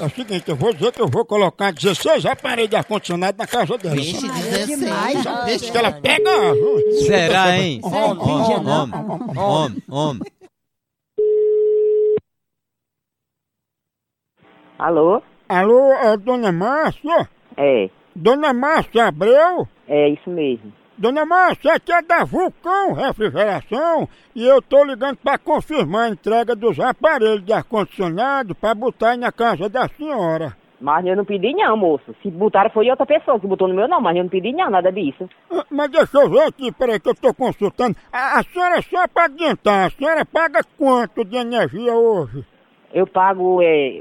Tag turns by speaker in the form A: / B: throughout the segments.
A: é o seguinte, eu vou dizer que eu vou colocar 16 aparelhos de ar-condicionado na casa dela.
B: Vixe,
A: sabe?
B: dezesseis.
A: Deixa que ela pega. ah,
C: Será, hein? Homem,
B: Homem,
C: homem, homem, homem.
D: Alô?
A: Alô, é Dona Márcia?
D: É,
A: Dona Márcia Abreu?
D: é isso mesmo.
A: Dona Márcia, aqui é da Vulcão Refrigeração e eu tô ligando pra confirmar a entrega dos aparelhos de ar-condicionado pra botar aí na casa da senhora.
D: Mas eu não pedi não, moço. Se botaram foi outra pessoa que botou no meu não, mas eu não pedi não, nada disso.
A: Ah, Mas deixa eu ver aqui, peraí que eu tô consultando. A, a senhora, é só pra adiantar, a senhora paga quanto de energia hoje?
D: Eu pago, é...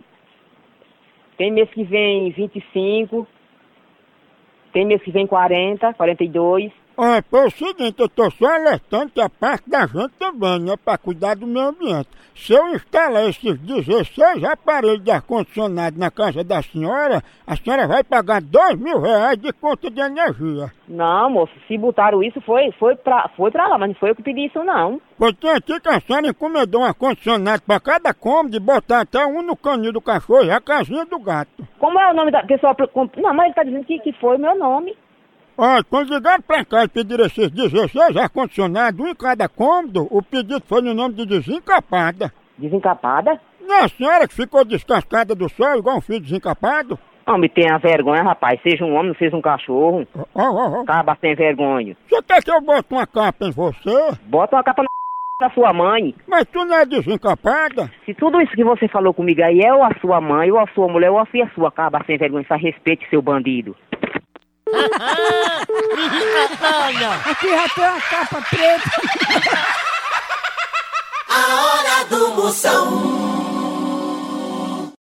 D: Tem mês que vem 25, tem mês que vem 40, 42.
A: Olha, pô, é o seguinte, eu tô só alertando que a parte da gente também, né, pra cuidar do meio ambiente. Se eu instalar esses 16 aparelhos de ar-condicionado na casa da senhora, a senhora vai pagar dois mil reais de conta de energia.
D: Não, moço, se botaram isso foi, foi, pra, foi pra lá, mas não foi eu que pedi isso não.
A: Pois tem aqui que a senhora encomendou um ar-condicionado pra cada cômodo e botar até um no caninho do cachorro e a casinha do gato.
D: Como é o nome da pessoa? pro- com- Não, mas ele tá dizendo que, que foi meu nome.
A: Olha, quando ligaram pra cá e pediram esses 16 ar-condicionados, um em cada cômodo, o pedido foi no nome de desencapada.
D: Desencapada?
A: Não é a senhora que ficou descascada do sol, igual um filho desencapado?
D: Homem, tenha vergonha, rapaz. Seja um homem, não seja um cachorro.
A: Ó, ó, ó.
D: Acaba sem vergonha.
A: Você quer que eu bote uma capa em você?
D: Bota uma capa na da sua mãe.
A: Mas tu não é desencapada?
D: Se tudo isso que você falou comigo aí é ou a sua mãe, ou a sua mulher, ou a filha sua, acaba sem vergonha, só respeite seu bandido.
B: Olha.
E: Aqui já tem uma capa preta.